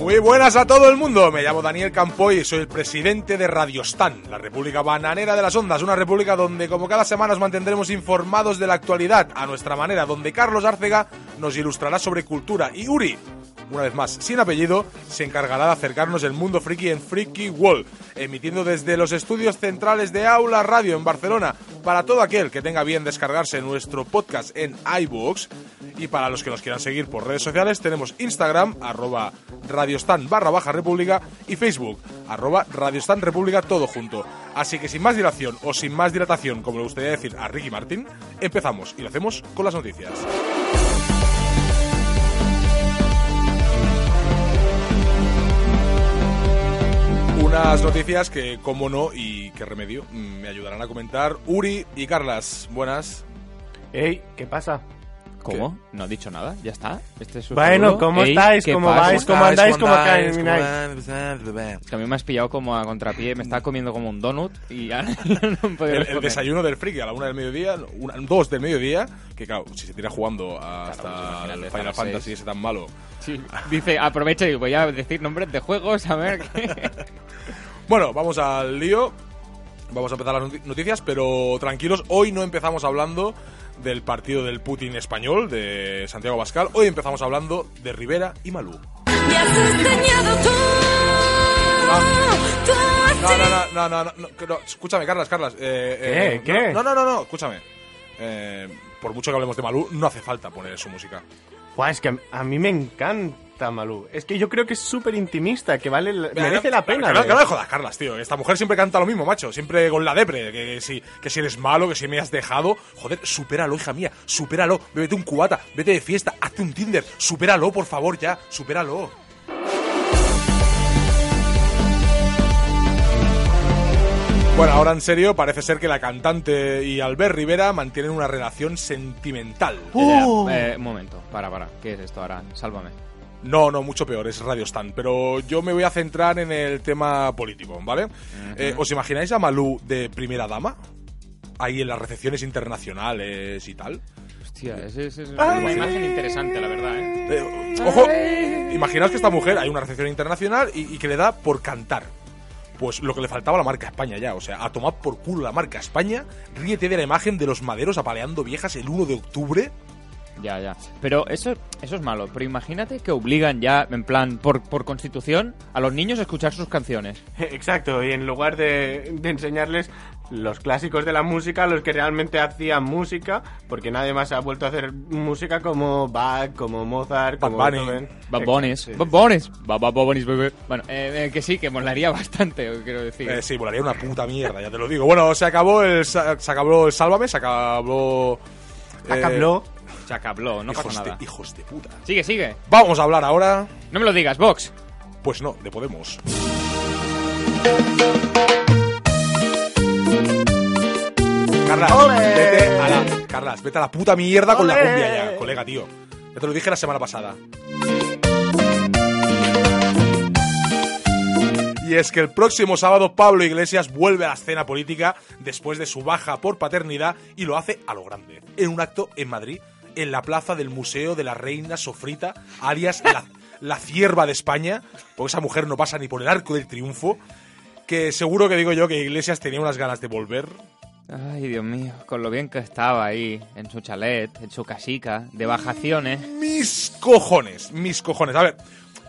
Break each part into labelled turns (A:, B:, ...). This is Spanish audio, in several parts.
A: Muy buenas a todo el mundo. Me llamo Daniel Campoy y soy el presidente de Radiostán, la República Bananera de las Ondas, una república donde como cada semana os mantendremos informados de la actualidad a nuestra manera, donde Carlos Arcega nos ilustrará sobre cultura y Uri, una vez más sin apellido, se encargará de acercarnos el mundo friki en Freaky Wall, emitiendo desde los estudios centrales de Aula Radio en Barcelona. Para todo aquel que tenga bien descargarse nuestro podcast en iVoox y para los que nos quieran seguir por redes sociales, tenemos Instagram, arroba radiostan barra baja república y Facebook, arroba radiostan república todo junto. Así que sin más dilación o sin más dilatación, como le gustaría decir a Ricky Martín, empezamos y lo hacemos con las noticias. Unas noticias que, como no, y qué remedio, mm, me ayudarán a comentar Uri y Carlas. Buenas.
B: Ey, ¿qué pasa?
C: ¿Cómo? ¿No ha dicho nada? ¿Ya está? Este es su
B: Bueno,
C: saludo.
B: ¿cómo
C: Ey,
B: estáis?
C: ¿qué
B: ¿Cómo
C: pasa?
B: vais? ¿Cómo
A: Ah,
B: andáis? ¿Cómo camináis?
A: pues,
C: Es Que a mí me has pillado como a contrapié, me estaba comiendo como un donut y ya no he podido
A: El, el
C: responder.
A: desayuno del friki a la una del mediodía, una- dos del mediodía, que claro, si se tira jugando hasta
C: pues
A: el
C: imagínate, hasta
A: Final
C: las
A: Fantasy
C: seis.
A: ese tan malo.
C: Sí. Dice, aprovecha y voy a decir nombres de juegos, a ver qué...
A: Bueno, vamos al lío. Vamos a empezar las noti- noticias, pero tranquilos, hoy no empezamos hablando del partido del Putin español, de Santiago Bascal, hoy empezamos hablando de Rivera y Malú.
D: Me has enseñado tú. tú has
A: No, no, no, no, no, no, que no, escúchame, Carlas, Carlas. eh,
B: ¿Qué?
A: eh,
B: ¿Qué?
A: No, no, no, no, escúchame. Eh, por mucho que hablemos de Malú, no hace falta poner su música.
B: Guau, es que a- a mí me encanta Malú. Es que yo creo que es súper intimista, que vale, la- merece la pena.
A: Que no,
B: ¿eh?
A: que no me jodas, Carlas, tío. Esta mujer siempre canta lo mismo, macho. Siempre con la depre. Que, que si, que si eres malo, que si me has dejado. Joder, supéralo, hija mía. Supéralo. Bébete un cubata. Vete de fiesta. Hazte un Tinder. Supéralo, por favor, ya. Supéralo. Bueno, ahora en serio, parece ser que la cantante y Albert Rivera mantienen una relación sentimental.
C: Ya, ya, eh, un momento, para, para. ¿Qué es esto ahora? Sálvame.
A: No, no, mucho peor, es Radio Stand. Pero yo me voy a centrar en el tema político, ¿vale? Eh, ¿Os imagináis a Malú de primera dama? Ahí en las recepciones internacionales y tal.
C: Hostia, esa es, es una imagen interesante, la verdad, ¿eh?
A: Eh, ojo, imaginaos que esta mujer, hay una recepción internacional y, y que le da por cantar. Pues lo que le faltaba a la marca España ya, o sea, a tomar por culo la marca España, ríete de la imagen de los maderos apaleando viejas el 1 de octubre.
C: Ya, ya. Pero eso, eso es malo. Pero imagínate que obligan ya, en plan, por, por constitución, a los niños a escuchar sus canciones.
B: Exacto, y en lugar de, de enseñarles los clásicos de la música, los que realmente hacían música, porque nadie más ha vuelto a hacer música como Bach, como Mozart,
A: Bad
B: como
A: Bunny.
B: Beethoven.
C: Bad Bunnies.
B: Sí, sí,
C: Bad
B: sí.
C: Bunnies. Bad- Bad Bunnies, bebé. Bueno, eh, eh, que sí, que molaría bastante, quiero decir.
A: Eh, sí, volaría una puta mierda, ya te lo digo. Bueno, se acabó el, sa- se acabó el Sálvame, se acabó... eh,
B: Acabó.
C: Chacabló, no
A: hijos,
C: pasa nada.
A: De, hijos de puta.
C: Sigue, sigue.
A: Vamos a hablar ahora,
C: No me lo digas, Vox.
A: pues no, de Podemos. Carlas, vete a la, Carlas, vete a la puta mierda con la
B: ¡Ole!
A: cumbia ya, colega, tío. Ya te lo dije la semana pasada. Y es que el próximo sábado Pablo Iglesias vuelve a la escena política después de su baja por paternidad y lo hace a lo grande, en un acto en Madrid, en la plaza del Museo de la Reina Sofrita, alias la, la cierva de España, porque esa mujer no pasa ni por el arco del triunfo, que seguro que digo yo que Iglesias tenía unas ganas de volver.
C: Ay, Dios mío, con lo bien que estaba ahí, en su chalet, en su casica, de bajaciones.
A: Mis cojones, mis cojones. A ver,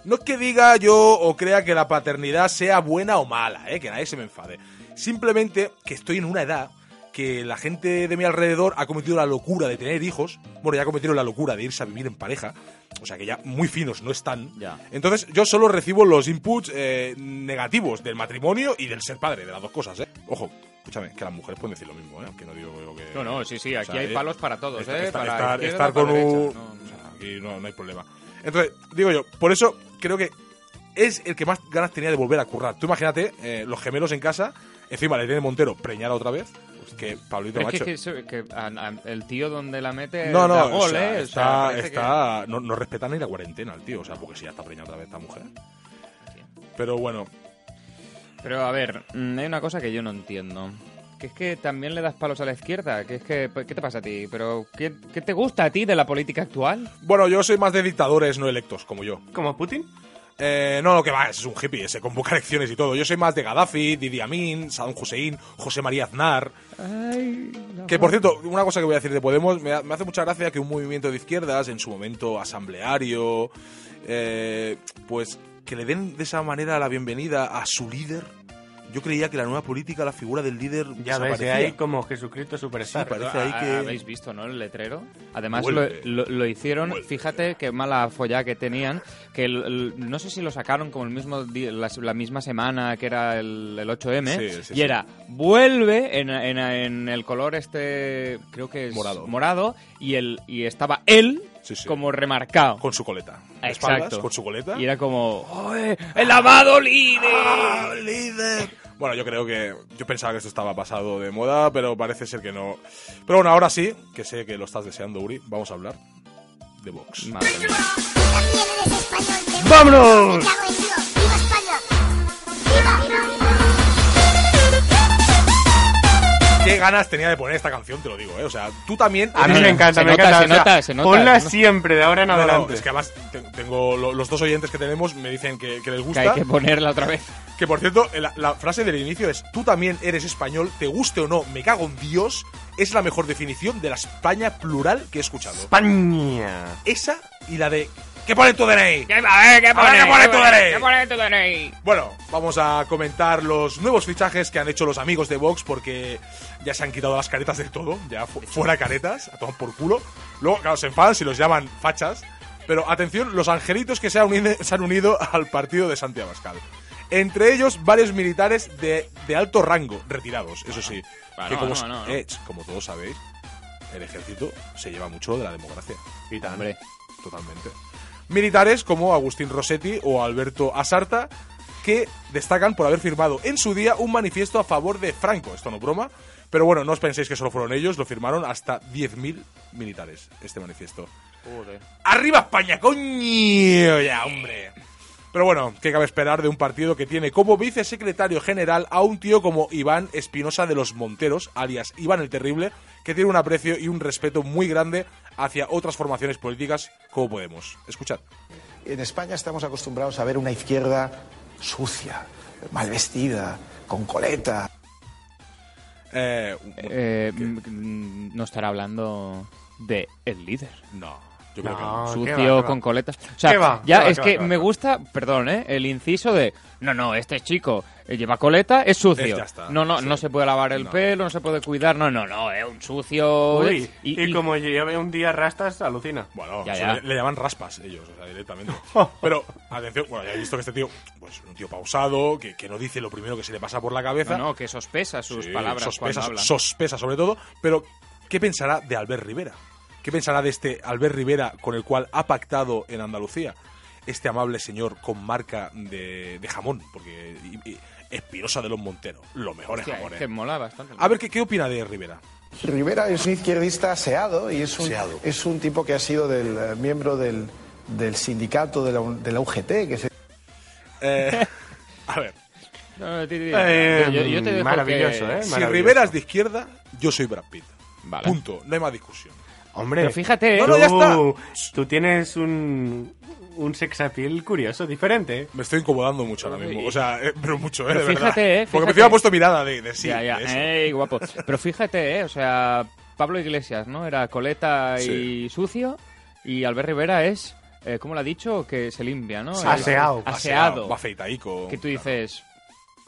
A: no es que diga yo o crea que la paternidad sea buena o mala, eh, que nadie se me enfade. Simplemente que estoy en una edad que la gente de mi alrededor ha cometido la locura de tener hijos. Bueno, ya cometieron la locura de irse a vivir en pareja. O sea que ya muy finos no están.
C: Ya.
A: Entonces yo solo recibo los inputs eh, negativos del matrimonio y del ser padre, de las dos cosas, ¿eh? Ojo, Escúchame, que las mujeres pueden decir lo mismo, ¿eh? Que no digo yo que...
C: No, no, sí, sí, aquí
A: O sea,
C: hay
A: eh,
C: palos para todos,
A: esta-
C: ¿eh?
A: esta-
C: para
A: estar,
C: izquierda,
A: estar
C: para
A: con un...
C: derecha. No, no.
A: o sea, aquí no, no hay problema. Entonces, digo yo, por eso creo que es el que más ganas tenía de volver a currar. Tú imagínate, eh, los gemelos en casa, encima le tiene Montero preñada otra vez, pues que Pablito
C: Pero es
A: Macho...
C: que, que eso- que a- a- el tío donde la mete
A: No, no,
C: da
A: o
C: gol,
A: sea,
C: ¿eh? O sea,
A: está,
C: parece que-
A: está- no, no respeta ni la cuarentena el tío, o sea, porque si ya está preñada otra vez esta mujer. Pero bueno,
C: Pero a ver, mm, hay una cosa que yo no entiendo. Que es que también le das palos a la izquierda. Que es que, ¿qué te pasa a ti? Pero, ¿qué, qué te gusta a ti de la política actual?
A: bueno, yo soy más de dictadores no electos, como yo.
B: Como Putin.
A: Eh, no, lo que va, ese es un hippie, se convoca elecciones y todo. Yo soy más de Gaddafi, Didi Amin, Saddam Hussein, José María Aznar. que por cierto, una cosa que voy a decir de Podemos, me, ha- me hace mucha gracia que un movimiento de izquierdas, en su momento asambleario, eh, pues que le den de esa manera la bienvenida a su líder. Yo creía que la nueva política, la figura del líder,
B: Ya ves,
A: desaparecía.
B: ahí como Jesucristo Superstar.
A: Sí, parece
C: Ah,
A: ahí que-
C: Habéis visto, ¿no? El letrero. Además, lo,
A: Vuelve.
C: lo- lo hicieron,
A: Vuelve.
C: fíjate qué mala follá que tenían, que el- el- no sé si lo sacaron como el mismo di- la, la misma semana que era el, el 8M,
A: Sí, sí,
C: y
A: sí.
C: era vuelve en, en- en el color este, creo que es
A: Morado.
C: y, el, y estaba él
A: Sí, sí.
C: como remarcado.
A: con su coleta. De
C: Exacto.
A: espaldas, con su coleta.
C: Y era como, "Oe, ¡el amado líder!
A: ¡Ah, líder! Bueno, yo creo que. Yo pensaba que esto estaba pasado de moda, pero parece ser que no. Pero bueno, ahora sí, que sé que lo estás deseando, Uri, vamos a hablar de Vox.
C: Madre mía.
E: También eres español, te gusta.
B: ¡Vámonos!
E: Me cago en Dios. ¡Viva España! ¡Viva!
A: Qué ganas tenía de poner esta canción, te lo digo, ¿eh? O sea, tú también.
B: A mí
C: Se
B: me encanta, me
C: nota,
B: encanta.
C: se
B: o sea,
C: nota, se nota,
B: ponla
C: se nota.
B: siempre, de ahora en
A: Ah, No, no,
B: adelante.
A: es que además te- tengo lo- los dos oyentes que tenemos me dicen que, que les
C: Que
A: gusta.
C: hay que ponerla otra vez.
A: Que por cierto, eh, la, la frase del inicio es: Tú también eres español, te guste o no, me cago en Dios. Es la mejor definición de la España plural que he escuchado.
B: España.
A: Esa y la de. ¿Qué pone tu DNI?
C: ¿Qué, a ver, ¿qué
A: pone?
C: pone?
A: ¿Qué pone? ¿Qué
C: ¿Qué pone? ¿Qué pone?
A: Bueno, vamos a comentar los nuevos fichajes que han hecho los amigos de Vox porque ya se han quitado las caretas del todo, ya fu- fuera caretas, a tomar por culo. Luego, claro, se enfadan si los llaman fachas. Pero atención, los angelitos que se han unido, se han unido al partido de Santiago Abascal. Entre ellos, varios militares de, de alto rango, retirados, eso sí.
C: Bueno,
A: que como,
C: no,
A: s-
C: no, no.
A: eh, ch, como todos sabéis, el ejército se lleva mucho de la democracia.
B: Y tan.
C: Hombre.
A: Totalmente. Militares como Agustín Rossetti o Alberto Asarta, que destacan por haber firmado en su día un manifiesto a favor de Franco. Esto no es broma. Pero bueno, no os penséis que solo fueron ellos, lo firmaron hasta 10.000 militares, este manifiesto. ¡Arriba España, coño! Ya, hombre. Pero bueno, ¿qué cabe esperar de un partido que tiene como vicesecretario general a un tío como Iván Espinosa de los Monteros, alias Iván el Terrible, que tiene un aprecio y un respeto muy grande hacia otras formaciones políticas como Podemos? Escuchad.
F: En España estamos acostumbrados a ver una izquierda sucia, mal vestida, con coleta.
A: Eh, un-
C: Eh, mm, no estará hablando de el líder.
A: no, yo creo que
B: No.
A: no.
B: Ah, ¿qué va,
C: Sucio,
B: qué
C: con
B: va?
C: coletas. O sea,
B: ¿Qué va?
C: ya
B: ¿Qué va,
C: es
B: qué
C: que
B: va, qué va,
C: me
B: qué va?
C: gusta, perdón, ¿eh? El inciso de, no, no, este chico eh, lleva coleta, es sucio.
A: Es- ya está,
C: no, no,
A: sí.
C: no se puede lavar el
A: No.
C: pelo, no se puede cuidar, no, no, no, es un sucio.
B: Uy,
C: eh,
B: y, como lleve un día rastas, alucina.
A: Bueno,
C: Ya,
A: eso
C: ya. Oh.
A: Le, le llaman raspas ellos, o sea, directamente. Pero, atención, bueno, ya he visto que este tío, pues, un tío pausado, que, que no dice lo primero que se le pasa por la cabeza.
C: No, no, que sospesa sus
A: Sí,
C: palabras
A: sospesa,
C: cuando habla.
A: sospesa sobre todo, pero ¿qué pensará de Albert Rivera? ¿Qué pensará de este Albert Rivera con el cual ha pactado en Andalucía? Este amable señor con marca de, de jamón, porque y- y- Espinosa de los Monteros, los mejores
C: Hostia, es
B: eh.
A: jamones.
C: que mola bastante.
A: ¿eh? A ver, ¿qué, qué opina de Rivera?
F: Rivera es un izquierdista aseado y es un, es un tipo que ha sido del, eh, miembro del, del sindicato de la, U- de la UGT, que es
A: Eh, a ver,
C: No, no, ti, ti,
B: Eh,
C: yo, yo te dejo
B: maravilloso,
C: que-
B: ¿eh?
A: si
B: Maravilloso.
A: Rivera es de izquierda, yo soy Brad Pitt.
C: Vale.
A: Punto, no hay más discusión.
B: Hombre,
C: Pero fíjate,
A: No,
C: ¿eh?
A: no, ya
B: tú-
A: está.
B: Tú tienes un, un sex appeal curioso, diferente.
A: Me estoy incomodando mucho ahora mismo, o sea, eh, pero mucho, ¿eh?
C: Pero
A: de verdad.
C: fíjate, eh,
A: Porque me
C: fíjate.
A: había puesto mirada de, de sí.
C: ya, ya,
A: de este eso.
C: ey, guapo. Pero fíjate, ¿eh? O sea, Pablo Iglesias, ¿no? Era coleta y sucio. Y Albert Rivera es, eh, ¿cómo lo ha dicho? Que se limpia, ¿no?
A: Sí.
C: El-
B: Aseado.
C: Aseado.
A: Va afeitaico.
C: Que tú dices,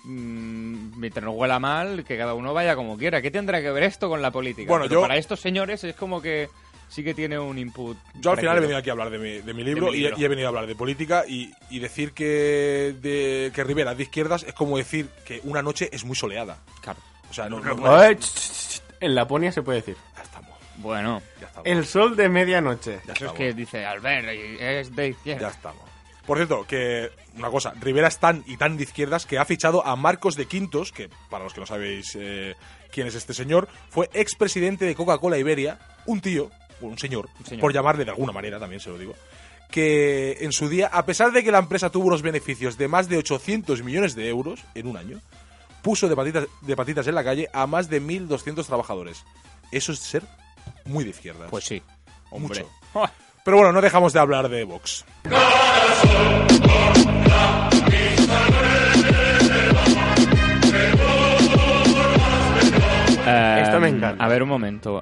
C: mm, mientras no huela mal, que cada uno vaya como quiera. ¿Qué tendrá que ver esto con la política?
A: Bueno,
C: Pero
A: yo-
C: Para estos señores es como que sí que tiene un input.
A: Yo al final he
C: parecido.
A: venido aquí a hablar de mi, de mi libro,
C: mi
A: y-
C: libro.
A: Y, he venido a hablar de política y, y decir que, de, que Rivera es de izquierdas es como decir que una noche es muy soleada.
C: Claro. ¿eh?
A: O sea, no, no puede-
B: Ay, ch, ch, ch, En Laponia se puede decir.
A: Ya estamos,
C: Bueno,
A: ya estamos.
B: El sol de medianoche.
A: ya
C: eso es
A: estamos,
C: que dice Albert, es de
A: ya
C: izquierda.
A: estamos. Por cierto, que una cosa, Rivera es tan y tan de izquierdas que ha fichado a Marcos de Quintos, que para los que no sabéis eh, quién es este señor, fue expresidente de Coca-Cola Iberia, un tío, o un señor,
C: señor.
A: por llamarle de alguna manera, también se lo digo, que en su día, a pesar de que la empresa tuvo unos beneficios de más de 800 millones de euros en un año, puso de patitas, de patitas en la calle a más de 1.200 trabajadores. Eso es ser muy de izquierdas.
C: Pues sí, hombre.
A: Mucho. Pero bueno, no dejamos de hablar de Vox.
B: Esto me
C: Em,
B: encanta.
C: A ver, un momento.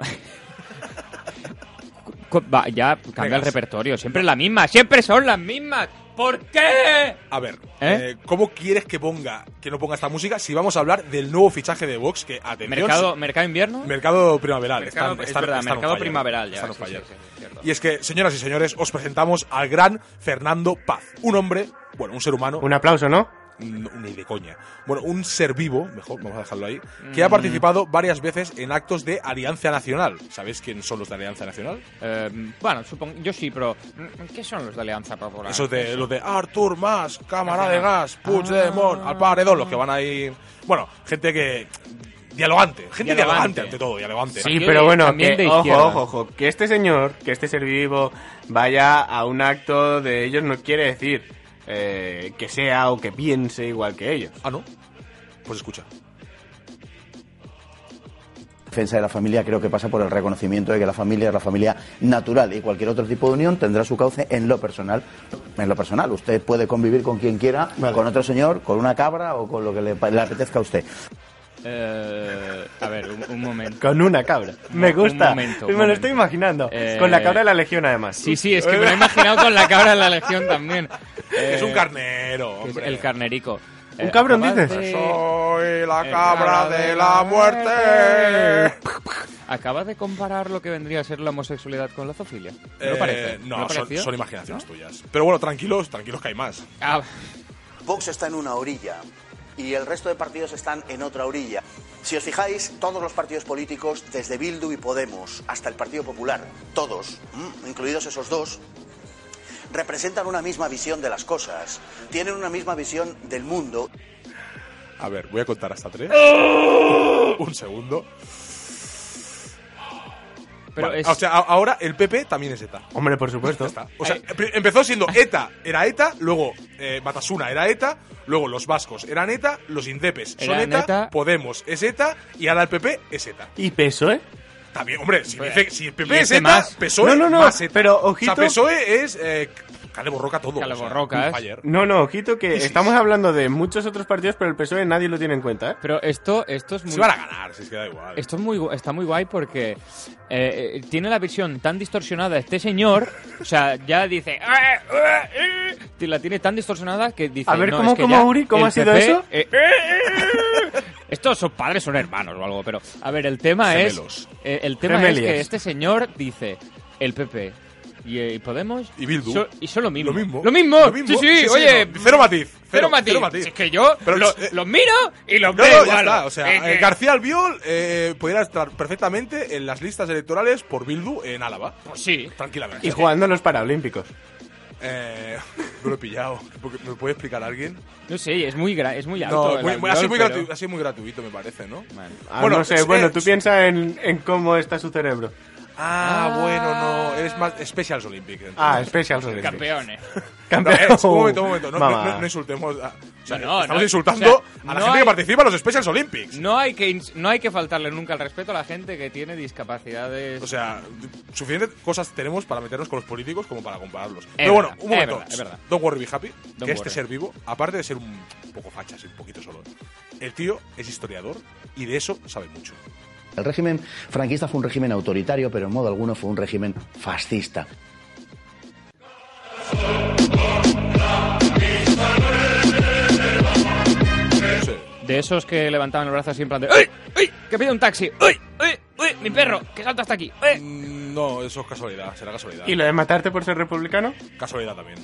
C: Co- va, ya cambia
A: Venga,
C: el
A: sí.
C: repertorio. Siempre es la misma, siempre son las mismas. ¿Por qué?
A: A ver,
C: ¿Eh?
A: eh, ¿cómo quieres que ponga, que no ponga esta música si vamos a hablar del nuevo fichaje de Vox que atención,
C: ¿Mercado, mercado invierno?
A: mercado primaveral,
C: Mercado-
A: están-
C: es
A: están-
C: verdad,
A: están on
C: mercado
A: fire,
C: primaveral ya,
A: están on
C: sí, sí,
A: fire.
C: sí, sí, cierto.
A: Y es que, señoras y señores, os presentamos al gran Fernando Paz, un hombre, bueno, un ser humano,
B: Un aplauso, ¿no?
A: no, ni de coña. Bueno, un ser vivo, mejor, vamos a dejarlo ahí, que
C: Mm.
A: ha participado varias veces en actos de Alianza Nacional. ¿Sabéis quién son los de Alianza Nacional?
C: Em, bueno, supongo, yo sí, pero mm, ¿qué son los de Alianza Popular?
A: Eso de los de Artur Mas, Cámara de Gas, Puigdemont, al paredón, los que van ahí. Bueno, gente que. Dialogante, gente dialogante,
C: Dialogante.
A: ante todo, dialogante.
C: Sí,
B: Sí, pero bueno,
C: también
B: que-
C: de
B: ojo,
C: izquierda.
B: ojo, ojo, que este señor, que este ser vivo vaya a un acto de ellos no quiere decir eh, que sea o que piense igual que ellos.
A: Ah, no. Pues escucha.
G: defensa de la familia creo que pasa por el reconocimiento de que la familia es la familia natural y cualquier otro tipo de unión tendrá su cauce en lo personal. En lo personal, usted puede convivir con quien quiera,
F: Vale.
G: con otro señor, con una cabra o con lo que le, pa- le apetezca a usted.
C: Eh, a ver, un, un momento.
B: Con una cabra. Me
C: Un
B: gusta.
C: momento, un
B: me lo
C: momento.
B: estoy imaginando.
C: Eh,
B: Con la cabra de la legión, además.
C: Sí, sí, es que me lo he imaginado con la cabra en la legión también. Eh,
A: es un carnero,
C: que es
A: hombre.
C: El carnerico. Eh,
B: ¿Un cabrón dices?
C: acabas de-
A: Soy la
C: El
A: cabra de la muerte.
C: Acabas de comparar lo que vendría a ser la homosexualidad con la zoofilia. ¿No
A: Eh,
C: lo parece?
A: No,
C: lo
A: son,
C: pareció?
A: son imaginaciones tuyas. Pero bueno, tranquilos, tranquilos que hay más.
C: Ah,
G: Vox está en una orilla y el resto de partidos están en otra orilla. Si os fijáis, todos los partidos políticos, desde Bildu y Podemos hasta el Partido Popular, todos, mm, incluidos esos dos, representan una misma visión de las cosas, tienen una misma visión del mundo.
A: A ver, voy a contar hasta tres.
C: ¡Oh!
A: Un segundo.
C: pero
A: Vale,
C: es...
A: O sea, a- ahora el PP también es ETA.
B: Hombre, por supuesto.
A: Ya está. O sea, em- empezó siendo ETA, era ETA, luego eh, Batasuna era ETA, luego los vascos eran ETA, los indepes son
C: Eran
A: ETA,
C: ETA.
A: Podemos es ETA y ahora el PP es ETA.
B: ¿Y PSOE?
A: También, hombre, si,
C: Pues,
A: dice- si el
C: ¿y
A: PP es
C: este
A: ETA,
C: más?
A: PSOE
B: No, no, no,
A: más ETA.
B: pero
A: O sea,
B: ojito-
A: PSOE es eh, Cale Borroca todo.
C: Cale
A: o sea,
C: Borroca,
A: un
C: ¿eh?
A: faller.
B: No, no, ojito que
A: sí,
B: estamos
A: sí.
B: hablando de muchos otros partidos, pero el PSOE nadie lo tiene en cuenta, ¿eh?
C: Pero esto, esto es muy...
A: Se van a ganar, si es que da igual.
C: Esto es muy, gu- está muy guay porque eh, eh, tiene la visión tan distorsionada este señor, o sea, ya dice... "Ah, ah, eh", y la tiene tan distorsionada que dice...
B: A ver,
C: "No,
B: ¿cómo-
C: es que
B: cómo,
C: ya
B: Uri? ¿Cómo
C: el
B: ha sido
C: PP,
B: eso?
C: eh, eh, eh". estos son padres, son hermanos o algo, pero... A ver, el tema
A: Gemelos.
C: es... eh, el tema es
B: Gemelias.
C: que este señor dice, el PP y, eh, Podemos...
A: Y Bildu.
C: y son lo mismo.
A: Lo mismo.
C: Lo mismo.
A: Lo mismo.
C: Sí, sí,
A: Sí, sí,
C: oye...
A: no. Cero matiz. Cero-
C: Cero matiz.
A: cero matiz.
C: Si Es que yo
A: Pero,
C: los,
A: eh,
C: los miro y los
A: No,
C: veo
A: no, ya
C: igual.
A: está. O sea,
C: Eh,
A: eh,
C: eh.
A: García Albiol eh, podría estar perfectamente en las listas electorales por Bildu en Álava.
C: Pues sí.
A: Tranquilamente.
B: Y jugando a los Paralímpicos.
A: Eh, no lo he pillado. ¿Me puede explicar alguien?
C: No sé, es muy, gra- es muy alto.
A: No,
C: el
A: muy- muy-
C: alcohol,
A: así muy
C: pero-
A: gratu- así muy gratuito, me parece, ¿no?
B: Ah,
A: Bueno,
B: no sé,
A: es-
B: bueno,
A: eh,
B: tú piensa en, en cómo está su cerebro.
A: Ah, bueno, no. Eres más Specials Olympic. entonces.
B: Ah, Special Olympics.
C: Campeones.
A: No,
B: Campeón.
A: eh, un momento, un momento. No, no-
B: Mamá.
A: no- no insultemos. a- o sea,
C: No, no,
A: estamos
C: no,
A: insultando
C: o sea,
A: a la
C: no
A: gente
C: hay-
A: que participa en los Specials Olympics.
C: No hay, que, ins- no hay que faltarle nunca el respeto a la gente que tiene discapacidades.
A: O sea, suficientes cosas tenemos para meternos con los políticos como para compararlos.
C: Es
A: Pero bueno,
C: verdad,
A: un momento.
C: es verdad, es verdad.
A: Don't worry, be happy. que
C: worry.
A: este ser vivo, aparte de ser un poco facha, así, un poquito solo, el tío es historiador y de eso sabe mucho.
G: El régimen franquista fue un régimen autoritario, pero en modo alguno fue un régimen fascista.
A: No sé.
C: de esos que levantaban el brazo así en plan de ¡Uy! ¡Uy! ¡Que pide un taxi! ¡Uy! ¡Uy! ¡Uy! ¡Mi perro! ¡Que salta hasta aquí! ¡Uy!
A: Mm, No, eso es casualidad, será casualidad.
B: ¿Y lo de matarte por ser republicano?
A: Casualidad también.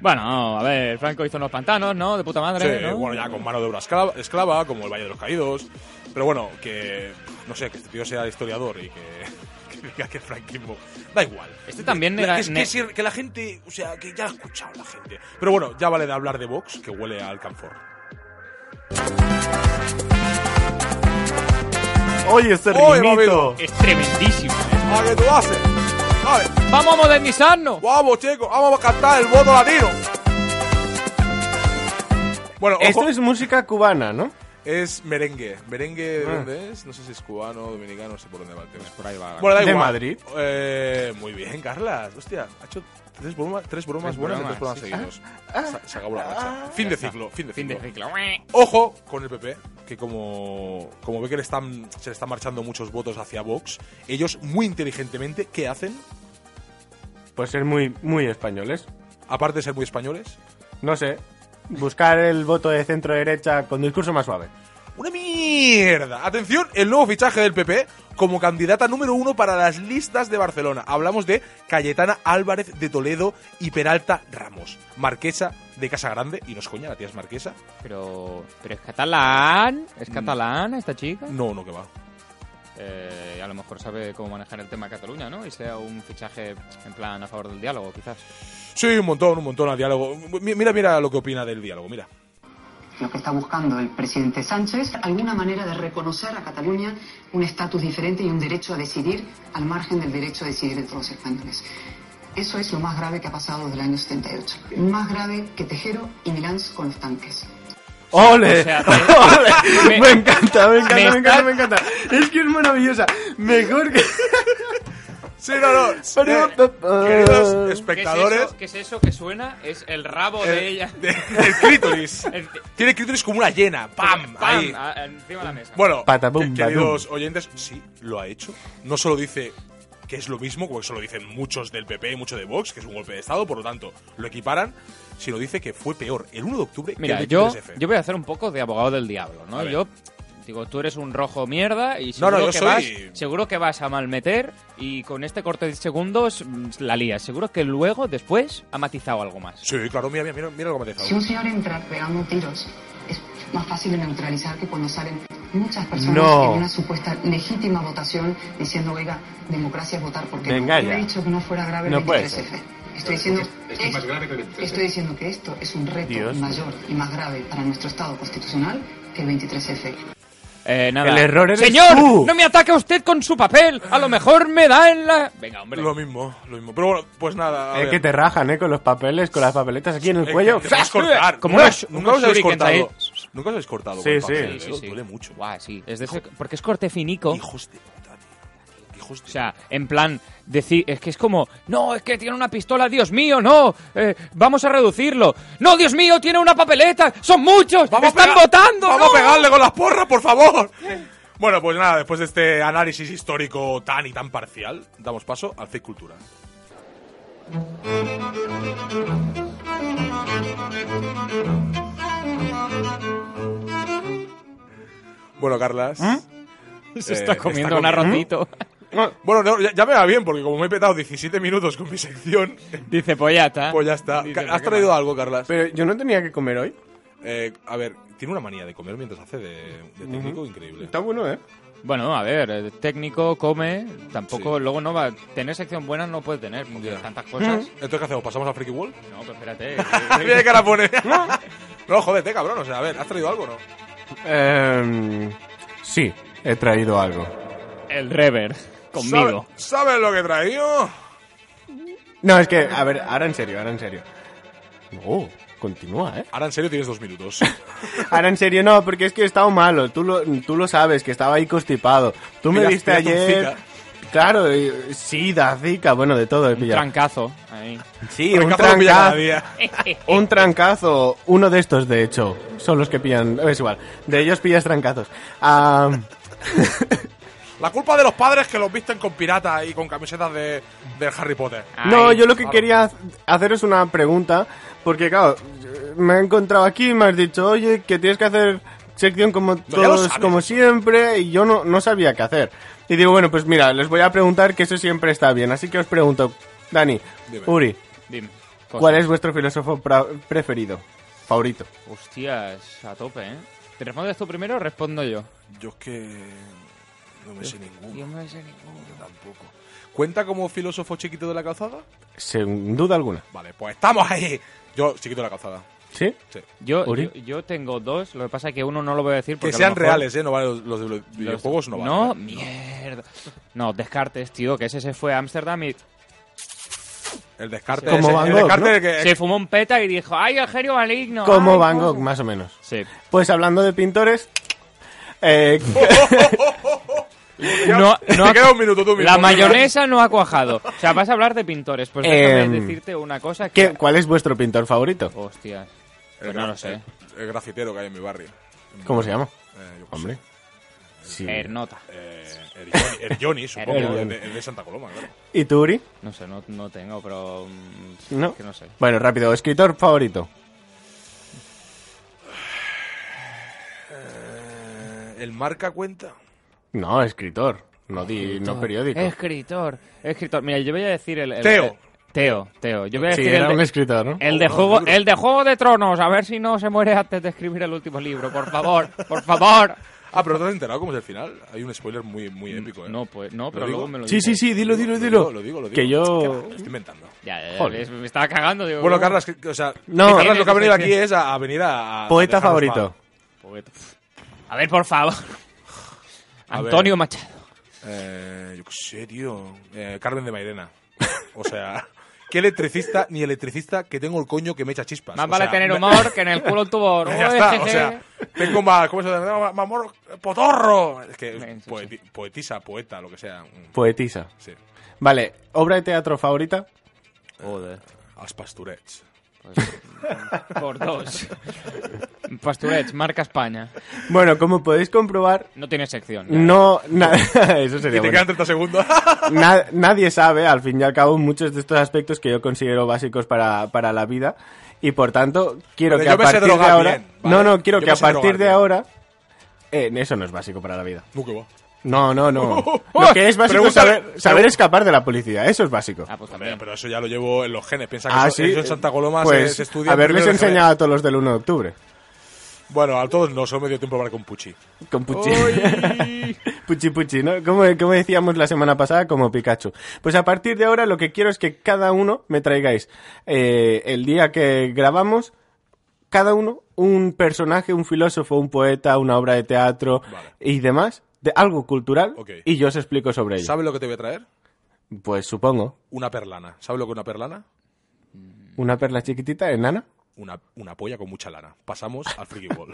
C: Bueno, a ver, Franco hizo unos pantanos, ¿no? De puta madre,
A: Sí,
C: ¿no?
A: bueno, ya con mano de obra esclava, esclava, como el Valle de los Caídos. Pero bueno, que no sé, que este tío sea historiador y que, que diga que el franquismo. Da igual.
C: Este también
A: La-
C: era-
A: es que,
C: ne-
A: si- que la gente, o sea, que ya lo ha escuchado la gente. Pero bueno, ya vale de hablar de Vox, que huele a alcanfor.
B: Oye, este
A: Oye,
B: rimito.
C: Es tremendísimo.
A: ¿A qué tú haces? ¿Sabes?
C: ¡Vamos a modernizarnos!
A: Vamos, chicos, vamos a cantar el voto latino. Bueno, ojo,
B: Esto es música cubana, ¿no?
A: es merengue. ¿Merengue de
B: Ah.
A: dónde es? No sé si es cubano, dominicano, no sé por dónde va el tema.
C: Por ahí va.
A: Bueno, da
B: De
A: igual.
B: Madrid.
A: Eh, muy bien, Carlas. Hostia, ha hecho tres, broma- tres bromas
C: Tres
A: buenas en tres
C: bromas, Ah.
A: programas seguidos. Se- Se acabó la racha. Fin de ciclo, fin de
C: fin
A: ciclo.
C: de ciclo.
A: Ojo con el PP, que como, como ve que le están, se le están marchando muchos votos hacia Vox, ellos muy inteligentemente, ¿qué hacen?
B: Pues ser muy, muy españoles.
A: Aparte de ser muy españoles,
B: No sé. Buscar el voto de centro derecha con discurso más suave.
A: ¡Una mierda! Atención, el nuevo fichaje del PP como candidata número uno para las listas de Barcelona. Hablamos de Cayetana Álvarez de Toledo y Peralta Ramos, marquesa de Casa Grande. Y no es coña, la tía es marquesa.
C: Pero, pero es catalán.
A: Mm.
C: ¿Es catalán esta chica?
A: No, no, que va.
C: Eh, y a lo mejor sabe cómo manejar el tema de Cataluña, ¿no? Y sea un fichaje en plan a favor del diálogo, quizás.
A: Sí, un montón, un montón al diálogo. Mi- Mira, mira lo que opina del diálogo, mira.
H: Lo que está buscando el presidente Sánchez, alguna manera de reconocer a Cataluña un estatus diferente y un derecho a decidir al margen del derecho a decidir de todos los españoles. Eso es lo más grave que ha pasado desde el año 78. Más grave que Tejero y Milán con los tanques.
B: ¡Ole!
C: O sea, te-
B: ¡Ole! Me,
C: me-
B: encanta, me encanta,
C: me
B: me,
C: está-
B: encanta, me encanta. Es que es maravillosa. Mejor que.
A: Sí, no, no.
B: Pero-
A: eh, queridos espectadores,
C: ¿Qué es, eso, ¿Qué es eso que suena? Es el rabo de
A: eh,
C: ella.
A: de- del clítoris.
C: El-
A: Tiene clítoris como una llena. ¡Pam! Ahí.
C: a- a- encima de la mesa.
A: Bueno,
B: Patabum,
A: que- queridos oyentes, sí, lo ha hecho. No solo dice que es lo mismo, como eso lo dicen muchos del PP y muchos de Vox, que es un golpe de Estado, por lo tanto, lo equiparan, sino dice que fue peor el 1 de octubre
C: Mira,
A: que el
C: yo,
A: 23F.
C: yo voy a hacer un poco de abogado del diablo, ¿no?
A: A ver.
C: Yo digo, tú eres un rojo mierda y
A: No, no,
C: seguro,
A: yo
C: que
A: soy-
C: vas, seguro que vas a malmeter y con este corte de segundos mm, la lías. Seguro que luego, después, ha matizado algo más.
A: Sí, claro, mira, mira, mira, mira lo que me ha
H: Si un señor entra pegando tiros, es más fácil de neutralizar que cuando salen muchas personas
B: No.
H: en una supuesta legítima votación diciendo, oiga, democracia es votar porque
B: Me
H: no.
B: engaña.
H: Yo he dicho que no fuera grave el
B: No puede
H: 23F.
B: ser.
H: Estoy diciendo, es- estoy diciendo que esto es un reto
B: Dios.
H: mayor y más grave para nuestro Estado constitucional que el 23F.
C: Eh, nada.
B: El error eres
C: Señor,
B: tú.
C: no me ataque usted con su papel. A lo mejor me da en la. Venga, hombre.
A: Lo mismo, lo mismo. Pero bueno, pues nada. a
B: Es
A: ver. Eh,
B: que te rajan, ¿eh? Con los papeles, con las papeletas aquí en el cuello.
A: te puedes cortar.
C: Como
A: nunca,
C: unos-
A: nunca
C: unos
A: os habéis
C: shurikens
A: cortado.
C: ahí.
A: Nunca os habéis cortado.
B: Sí,
A: con el
B: sí.
A: papel,
C: Sí,
A: ¿eh?
C: sí, sí.
A: Duele mucho.
C: Guau, sí. Es de ese- porque es corte finico.
A: Hijos de puta, tío. Hijos de
C: O sea, en plan, decir, es que es como, no, es que tiene una pistola, Dios mío, no, eh, vamos a reducirlo. No, Dios mío, tiene una papeleta, son muchos,
A: ¡Vamos a
C: están
A: pegar-
C: votando.
A: ¡Vamos
C: no!
A: a pegarle con las porras, por favor! Bueno, pues nada, después de este análisis histórico tan y tan parcial, damos paso al CEI Cultura. Bueno, Carlas.
C: Se
A: Eh,
C: está
A: está
C: comiendo un arrocito.
A: Bueno, no, ya, ya me va bien, porque como me he petado 17 minutos con mi sección,
C: Dice Pollata.
A: pues ya está.
C: Dice,
A: Ca- ¿Has
C: ¿qué
A: traído
C: más?
A: algo, Carlas?
B: Pero yo no tenía que comer hoy.
A: Eh, a ver, tiene una manía de comer mientras hace de, de técnico increíble.
B: Está bueno, ¿eh?
C: Bueno, a ver, el técnico, come, tampoco, luego no va, tener sección buena no puede tener, porque
A: Ya.
C: tantas cosas.
A: Entonces, ¿qué hacemos? ¿Pasamos a Freaky Wall?
C: No, pues espérate.
A: Mira qué cara pone. no, jódete, cabrón. O sea, a ver, ¿has traído algo o no?
B: Em, sí, he traído algo.
C: el rever, conmigo.
A: ¿Sabe- ¿Sabes lo que he traído?
B: No, es que, a ver, ahora en serio, ahora en serio. No, continúa, ¿eh?
A: Ahora en serio tienes dos minutos.
B: Ahora en serio no, porque es que he estado malo, tú lo, tú lo sabes, que estaba ahí constipado. Tú me
A: Pillaste-
B: viste
A: pillaste un
B: ayer...
A: zika.
B: Claro, y- sí, da zika, bueno, de todo he
C: Un
B: pillado.
C: trancazo. ahí.
B: sí, un
A: Trancazo lo pilla cada
B: trancazo.
A: día.
B: Un trancazo, uno de estos de hecho, son los que pillan, es igual, de ellos pillas trancazos. Ah,
A: La culpa de los padres que los visten con piratas y con camisetas de, de Harry Potter.
B: no,
C: Ay,
B: yo lo que
A: claro.
B: quería ha- hacer es una pregunta, porque claro, me he encontrado aquí y me has dicho, oye, que tienes que hacer sección como
A: ya lo
B: todos,
A: sabes.
B: como siempre, y yo no, no sabía qué hacer. Y digo, bueno, pues mira, les voy a preguntar que eso siempre está bien, así que os pregunto, Dani,
A: Dime.
B: Uri,
C: Dime.
A: Pues,
B: ¿cuál es vuestro filósofo pra- preferido, favorito?
C: Hostias, a tope, ¿eh? ¿Te respondes tú primero o respondo yo?
A: Yo es que no me sé ninguno.
C: Yo me sé ninguno.
A: Yo tampoco. ¿Cuenta como filósofo chiquito de la calzada?
B: Sin duda alguna.
A: Vale, pues estamos ahí. Yo, chiquito de la calzada.
B: ¿Sí?
A: Sí.
C: Yo,
B: Uri.
C: yo, yo tengo dos, lo que pasa es que uno no lo voy a decir porque.
A: Que
C: a lo
A: sean
C: mejor-
A: reales, ¿eh? No vale, los, los de los videojuegos no valen.
C: No,
A: ¿eh?
C: mierda. No, Descartes, tío, que ese se fue a Ámsterdam y
A: Eh. El descarte.
B: Como
A: ese-
B: Van
A: el
B: Gog,
A: descarte
B: ¿no?
A: el que-
C: se fumó un peta y dijo: ¡Ay, el genio maligno!
B: Como
C: ay,
B: Van
C: cómo-".
B: Gogh, más o menos.
C: Sí.
B: Pues hablando de pintores. eh,
C: No, no
A: Te
C: ha-
A: queda un minuto tú mismo.
C: la mayonesa no ha cuajado. O sea, vas a hablar de pintores. Pues déjame
B: Em,
C: decirte una cosa que.
B: ¿qué- ¿Cuál es vuestro pintor favorito?
C: Hostia.
A: El
C: Pues
A: gra-
C: no lo sé.
A: El, el grafitero que hay en mi barrio.
B: ¿Cómo se llama?
A: Eh, yo qué
B: Hombre.
A: sé.
B: Sí.
C: Ernota.
A: Eh, el Johnny- el Johnny, supongo.
C: El
A: El
B: Johnny.
A: de, el de Santa Coloma, claro.
B: ¿Y tú, Uri?
C: No sé, no, no tengo, pero. mm,
B: ¿No?
C: es Que no sé.
B: Bueno, rápido. ¿Escritor favorito?
A: Eh, ¿El marca cuenta?
B: No, escritor. No, di, no periódico.
C: Escritor. Escritor. Mira, yo voy a decir el. el-
A: Teo.
C: el- Teo, Teo. Yo voy a
B: Sí,
C: decir el
B: era
C: de- Eh,
B: un escritor, ¿no?
C: El de, juego, el de Juego de Tronos, a ver si no se muere antes de escribir el último libro, por favor, por favor.
A: Ah, pero no te has enterado cómo es el final. Hay un spoiler muy, muy épico, ¿eh?
C: No, pues, no, pero
A: digo?
C: luego me lo
B: Sí, sí,
C: dices.
B: sí, dilo, dilo,
A: Lo
B: dilo.
A: digo, lo digo, lo digo.
B: Que
A: ¿Qué
B: yo...
A: va? Estoy inventando.
C: Ya, ya,
B: Joder.
C: ves, me estaba cagando, digo. "Uh".
A: Bueno,
C: ¿cómo?
A: Carlos, que- que- o sea,
B: No.
A: Carlos lo que ha venido
C: Sí, sí,
A: aquí
C: sí.
A: es a, a venir a. a
B: Poeta
A: dejarnos
B: favorito.
C: Poeta. A ver, por favor.
A: A ver.
C: Antonio Machado.
A: mal. Eh, yo qué sé, tío. Eh, Carmen de Mairena. O sea, qué electricista ni electricista que tengo el coño que me echa chispas.
C: Más
A: O
C: vale
A: sea,
C: tener
A: me-
C: humor que en el culo un tubo.
A: Ya
C: este
A: está, o sea, tengo más, ¿cómo se llama? Más moro- potorro. Es que
C: Sí, sí,
A: poeti- poetisa, poeta, lo que sea. Mm,
B: Poetisa.
A: Sí.
B: Vale, ¿obra de teatro favorita?
C: Joder.
A: Als Pastorets.
C: Por dos. Pasturets, marca España.
B: Bueno, como podéis comprobar,
C: No tiene sección. ya.
B: no... na-
A: Y
B: Eso
A: te
B: sería bueno.
A: quedan 30 segundos.
B: Na- nadie sabe, al fin y al cabo, muchos de estos aspectos que yo considero básicos para, para la vida. Y por tanto, quiero
A: Pero
B: que
A: yo
B: a
A: me sé
B: partir de
A: drogar
B: ahora.
A: bien, ¿vale?
B: No, no, quiero
A: Yo
B: que
A: me
B: a
A: sé drogar
B: partir de
A: bien.
B: ahora. eh, eso no es básico para la vida.
A: No, que va.
B: No, no, no. Lo que es básico es
A: Pregunta-
B: saber, saber escapar de la policía. Eso es básico.
C: Ah, pues también.
A: Pero, pero eso ya lo llevo en los genes. Piensa que
B: Ah,
A: pues, eso,
B: sí.
A: eso en Santa Coloma se-
B: pues,
A: se, estudia. en
B: Haberles
A: primero de genes.
B: enseñado a todos los del 1 de octubre.
A: Bueno, a todos no, solo me dio tiempo a hablar con Puchi.
B: Con Puchi. puchi Puchi, ¿no? Como, como decíamos la semana pasada, como Pikachu. Pues a partir de ahora lo que quiero es que cada uno me traigáis eh, el día que grabamos, cada uno un personaje, un filósofo, un poeta, una obra de teatro
A: Vale.
B: y demás, de algo cultural,
A: Ok.
B: y yo os explico sobre ello.
A: ¿Sabes lo que te voy a traer?
B: Pues supongo,
A: Una perlana. ¿Sabes lo que es una perlana?
B: una perla chiquitita, enana.
A: Una, una polla con mucha lana. Pasamos al Freaky Ball.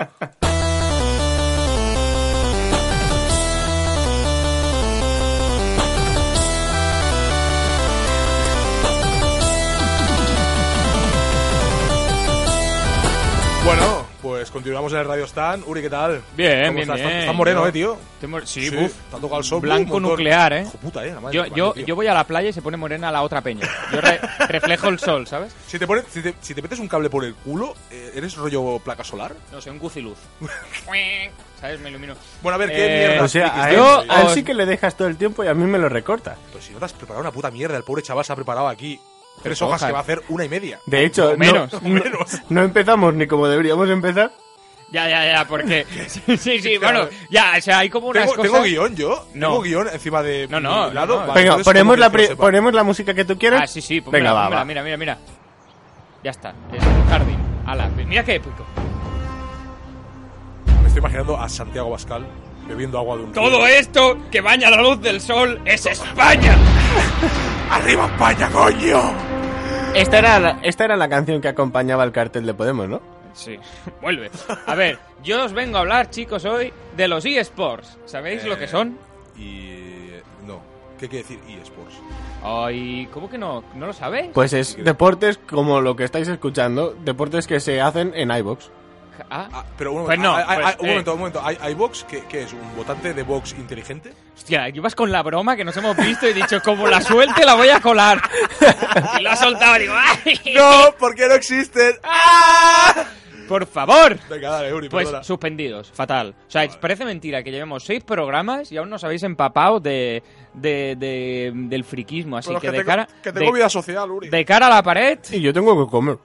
A: bueno, pues continuamos en el Radio Stan. Uri, ¿qué tal?
C: Bien,
A: ¿Cómo
C: bien,
A: estás?
C: bien.
A: Estás moreno,
C: Yo-
A: ¿eh, tío?
C: Estoy mor- Sí, buf.
A: Te ha tocado el sol.
C: Blanco
A: un montón.
C: nuclear, ¿eh?
A: Hijo puta, ¿eh? La madre
C: Yo,
A: que
C: yo,
A: parió, tío.
C: yo voy a la playa y se pone morena la otra peña. Yo re- reflejo el sol, ¿sabes?
A: Si te, pones- si, te, si te metes un cable por el culo, eh, ¿eres rollo placa solar?
C: No sé, un guziluz. ¿Sabes? Me ilumino.
A: Bueno, a ver, ¿qué
C: Eh,
A: mierda?
B: O sea,
A: frikis
B: a él,
A: tenéis?
C: yo-
B: a él
C: os-
B: sí que le dejas todo el tiempo y a mí me lo recorta.
A: "Ah, Pues si no te has preparado una puta mierda, el pobre chaval se ha preparado aquí tres
C: Tres
A: hojas
C: hojas.
A: que va a hacer una y media.
B: De hecho, no-
C: menos,
B: no- no empezamos ni como deberíamos empezar.
C: Ya, ya, ya, porque. Sí, sí, sí, bueno, ya, o sea, hay como unas
A: ¿Tengo,
C: cosas.
A: tengo guión yo?
C: No.
A: ¿Tengo guión encima de
C: No, no,
A: mi lado?
C: no, no.
A: Vale,
B: Venga,
A: entonces,
B: ponemos
A: ¿cómo
B: la,
A: que yo
B: pri-
A: sepa?
B: ponemos la música que tú quieres.
C: Ah, sí, sí, pues
B: ¿eh? Venga,
C: mira,
B: va,
C: mira,
B: va.
C: mira, mira, mira. Ya está, es un jardín. Ala, mira qué épico.
A: Me estoy imaginando a Santiago Bascal bebiendo agua de un río.
C: Todo ¿eh? esto que baña la luz del sol es España.
A: ¡Arriba España, coño!
B: Esta era, la, esta era la canción que acompañaba el cartel de Podemos, ¿no?
C: Sí, vuelve. A ver, yo os vengo a hablar, chicos, hoy de los eSports. ¿Sabéis lo que
A: Eh,
C: son?
A: Y... eh, no. ¿Qué quiere decir eSports?
C: Ay, ¿cómo que no? ¿No lo sabéis?
B: Pues es deportes como lo que estáis escuchando, deportes que se hacen en iBox.
C: Ah,
A: Ah, pero un momento,
C: Pues no,
A: ah, ah,
C: pues,
A: ah, un
C: eh.
A: momento, un momento. ¿Hay, hay Vox? ¿Qué, qué es? ¿Un votante de Vox inteligente?
C: Hostia, ibas con la broma que nos hemos visto y he dicho, como la suelte la voy a colar. Y lo ha soltado y digo, ¡ay!
A: ¡No! porque no existen? ¡Ah!
C: ¡Por favor!
A: Venga, dale, Uri,
C: Pues
A: perdona.
C: suspendidos, fatal. O sea, parece mentira que llevemos seis programas y aún nos habéis empapado de, de, de- del friquismo. Así
A: Pero es
C: que, de
A: tengo-
C: cara.
A: que tengo
C: de,
A: vida social, Uri.
C: de cara a la pared.
B: Y yo tengo que comer.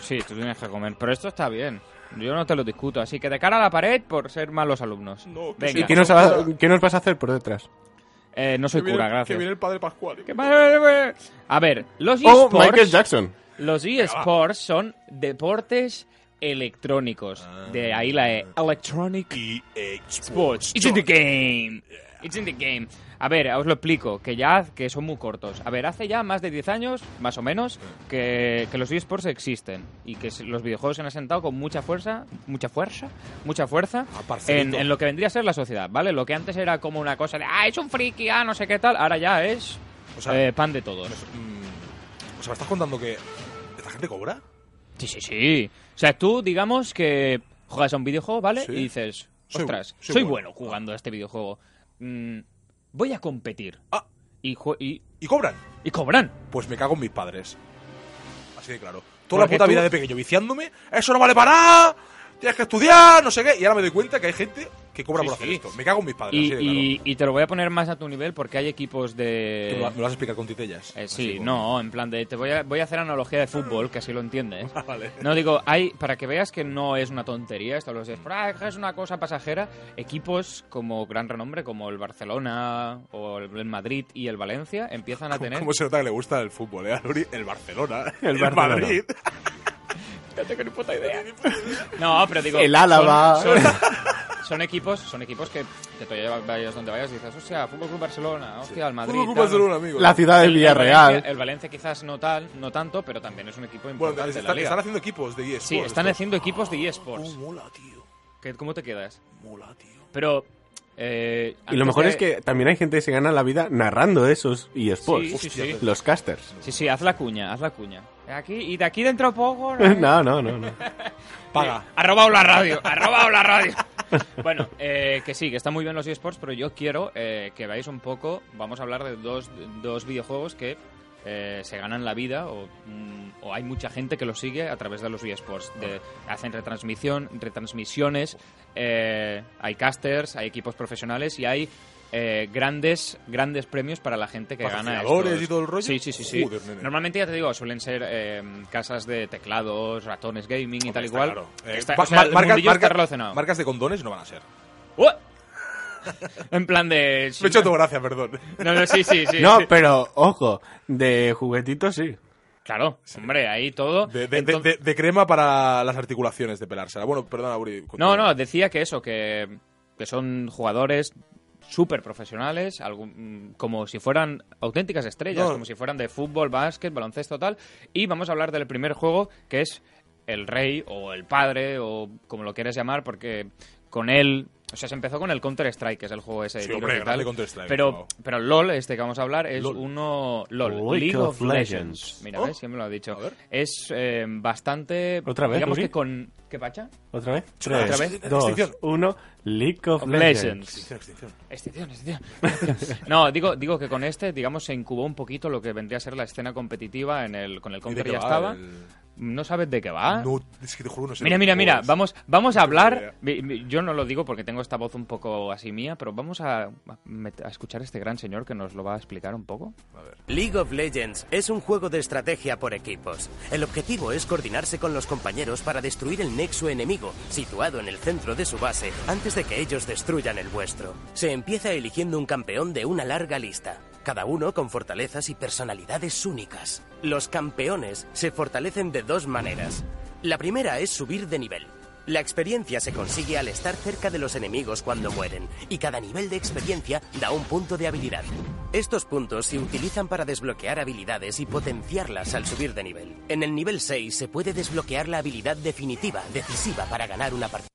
C: Sí, tú tienes que comer, pero esto está bien. Yo no te lo discuto, así que de cara a la pared por ser malos alumnos.
A: No, que
C: Venga.
A: sí.
B: ¿Y qué nos, va- qué nos vas a hacer por detrás?
C: Eh, no soy
A: que viene,
C: cura,
A: que
C: gracias.
A: viene el padre Pascual.
C: Que va- eh, A ver, los
B: ¡Oh,
C: eSports,
B: Michael Jackson!
C: los eSports son deportes electrónicos.
A: Ah.
C: De ahí la E, electronic
A: EA
C: Sports. It's in the game. It's in the game. A ver, os lo explico, que ya que son muy cortos. A ver, hace ya más de 10 años, más o menos, que, que los eSports existen y que se- los videojuegos se han asentado con mucha fuerza, mucha fuerza, mucha fuerza
A: Ah, parcelito.
C: en, en lo que vendría a ser la sociedad, ¿vale? Lo que antes era como una cosa de, ah, es un friki, ah, no sé qué tal, ahora ya es
A: O sea-
C: eh, pan de todos.
A: Mm, o sea, me estás contando que esta gente cobra.
C: Sí, sí, sí. O sea, tú, digamos que juegas a un videojuego, ¿vale?
A: Sí.
C: Y dices,
A: Soy bu-
C: ostras,
A: soy
C: soy,
A: bueno.
C: bueno. jugando a este videojuego. Mm, voy a competir.
A: Ah.
C: Y, jue- y,
A: Y cobran.
C: y cobran.
A: Pues me cago en mis padres. Así de claro. Toda la
C: Porque
A: puta
C: tú-
A: vida de pequeño viciándome. Eso no vale para nada. Tienes que estudiar, no sé qué. Y ahora me doy cuenta que hay gente que cobra
C: Sí,
A: por hacer
C: sí.
A: esto. Me cago en mis padres.
C: Y,
A: así de claro.
C: y- y te lo voy a poner más a tu nivel porque hay equipos de...
A: Tú me lo- me lo vas a explicar con titellas.
C: Eh,
A: Así
C: sí,
A: como-
C: no, en plan de... Te voy a, voy a hacer analogía de fútbol, que así lo entiendes.
A: Vale.
C: No, digo, hay, para que veas que no es una tontería esto, los de "Ah, es una cosa pasajera, equipos como gran renombre, como el Barcelona o el Madrid y el Valencia, empiezan a tener...
A: ¿Cómo se nota que le gusta el fútbol, eh? a Luri? El Barcelona, el,
B: El Barcelona.
A: Madrid.
C: No, pero digo...
B: El Álava.
C: Son, son- son equipos, son equipos que, que te llevas vayas donde vayas y dices, hostia, Fútbol Club Barcelona, hostia, el Madrid...
A: Fútbol Club
C: tal".
A: Barcelona, amigo.
B: La ciudad de
C: El- el
B: Villarreal.
C: Valencia- El Valencia quizás no, tal, no tanto, pero también es un equipo
A: Bueno,
C: importante
A: están,
C: de la liga.
A: están haciendo equipos de eSports.
C: Sí, están
A: estos.
C: haciendo equipos de
B: Oh,
C: eSports.
A: Mola, tío.
C: ¿Qué- ¿Cómo te quedas?
A: Mola, tío.
C: Pero... eh,
B: Y lo
C: antes
B: mejor
C: de-
B: es que también hay gente que se gana la vida narrando esos eSports.
C: Sí, sí,
B: Hostia,
C: sí.
B: Los casters.
C: Sí, sí, haz la cuña, haz la cuña. Aquí, y de aquí dentro poco...
B: No, no, no. no.
A: Paga.
C: Ha robado la radio, ha robado la radio. bueno, eh, que sí, que están muy bien los eSports, pero yo quiero eh, que veáis un poco, vamos a hablar de dos, dos videojuegos que eh, se ganan la vida o, mm, o hay mucha gente que los sigue a través de los eSports. De, hacen retransmisión, retransmisiones, eh, hay casters, hay equipos profesionales y hay... eh, grandes grandes premios para la gente que gana
A: Patrocinadores
C: estos.
A: y todo el rollo.
C: sí sí sí sí
A: Joder, nene.
C: normalmente ya te digo suelen ser eh, casas de teclados ratones gaming y
A: Hombre,
C: tal
A: está
C: igual.
A: claro.
C: Que
A: Eh,
C: está-
A: ma-
C: o sea, el
A: marcas-
C: mundillo está
A: marcas-
C: relacionado.
A: Marcas de condones no van a ser.
C: ¡Uh! en plan de...
A: Me he hecho tu gracia, perdón.
C: No, no, sí, sí, sí.
B: No,
C: sí.
B: pero ojo, de juguetitos sí.
C: Claro, hombre, ahí todo.
A: De, de-
C: Entonces-
A: de- de- de crema para las articulaciones de pelársela. Bueno, perdona, Uri.
C: No,
A: continúa.
C: no, decía que eso, que, que son jugadores súper profesionales, algún- mm, como si fueran auténticas estrellas,
A: No.
C: como si fueran de fútbol, básquet, baloncesto, tal. Y vamos a hablar del primer juego, que es el rey o el padre o como lo quieras llamar, porque con él... O sea, se empezó con el Counter-Strike, que es el juego ese.
A: Sí,
C: de tiros
A: hombre,
C: y tal.
A: grande Counter-Strike, wow.
C: Pero, pero LOL, este que vamos a hablar, es
A: LOL.
C: uno... LOL,
B: League
C: League
B: of
C: of Legends.
B: Legends.
C: Mira,
A: Oh.
C: ¿ves? Siempre lo ha dicho.
A: A ver.
C: Es eh, bastante...
B: Otra vez,
C: Digamos
B: Uri.
C: que con... ¿Qué pacha?
B: ¿Otra vez?
A: Otra
B: Tres,
C: vez.
B: dos,
A: Extinción.
B: uno. League of
C: Of
B: Legends.
C: Legends.
A: Extinción, extinción.
C: Excepción, excepción, excepción. No, digo, digo que con este, digamos, se incubó un poquito lo que vendría a ser la escena competitiva en el, con el
A: ¿Y de
C: Counter
A: qué
C: ya
A: va
C: estaba.
A: el-
C: No sabes de qué va.
A: No, es que te juro, no sé.
C: Mira, mira, mira,
A: Pues,
C: vamos, vamos a
A: idea.
C: hablar. mi- mi- Yo no lo digo porque tengo esta voz un poco así mía, pero vamos a, a met- a escuchar a este gran señor que nos lo va a explicar un poco.
I: League of Legends es un juego de estrategia por equipos. El objetivo es coordinarse con los compañeros para destruir el nexo enemigo, situado en el centro de su base, antes de que ellos destruyan el vuestro. Se empieza eligiendo un campeón de una larga lista, cada uno con fortalezas y personalidades únicas. Los campeones se fortalecen de dos maneras. La primera es subir de nivel. La experiencia se consigue al estar cerca de los enemigos cuando mueren, y cada nivel de experiencia da un punto de habilidad. Estos puntos se utilizan para desbloquear habilidades y potenciarlas al subir de nivel. En el nivel 6 se puede desbloquear la habilidad definitiva, decisiva para ganar una partida.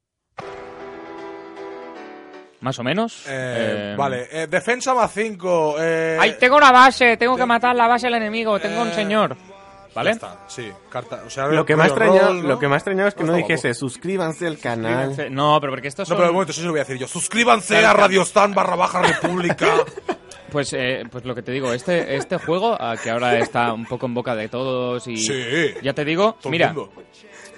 C: Más o menos.
A: eh,
C: eh,
A: Vale, eh, defensa más 5. Eh,
C: ¡Ay, tengo una base! Tengo que matar la base del enemigo. Tengo un señor.
A: ya
C: ¿Vale?
A: está, sí, carta. O sea,
B: Lo que, me ha
A: rollo
B: extrañado,
A: roll, ¿no?
B: lo que me ha extrañado es que no,
A: está
B: dijese
A: guapo.
B: suscríbanse al canal.
C: No, pero porque estos
A: No,
C: son...
A: pero de momento, eso se lo voy a decir yo. Suscríbanse a Radiostan barra baja república.
C: Pues, eh, pues lo que te digo, este, este juego, ah, que ahora está un poco en boca de todos y...
A: Sí.
C: Ya te digo,
A: Todo el
C: mira,
A: mundo.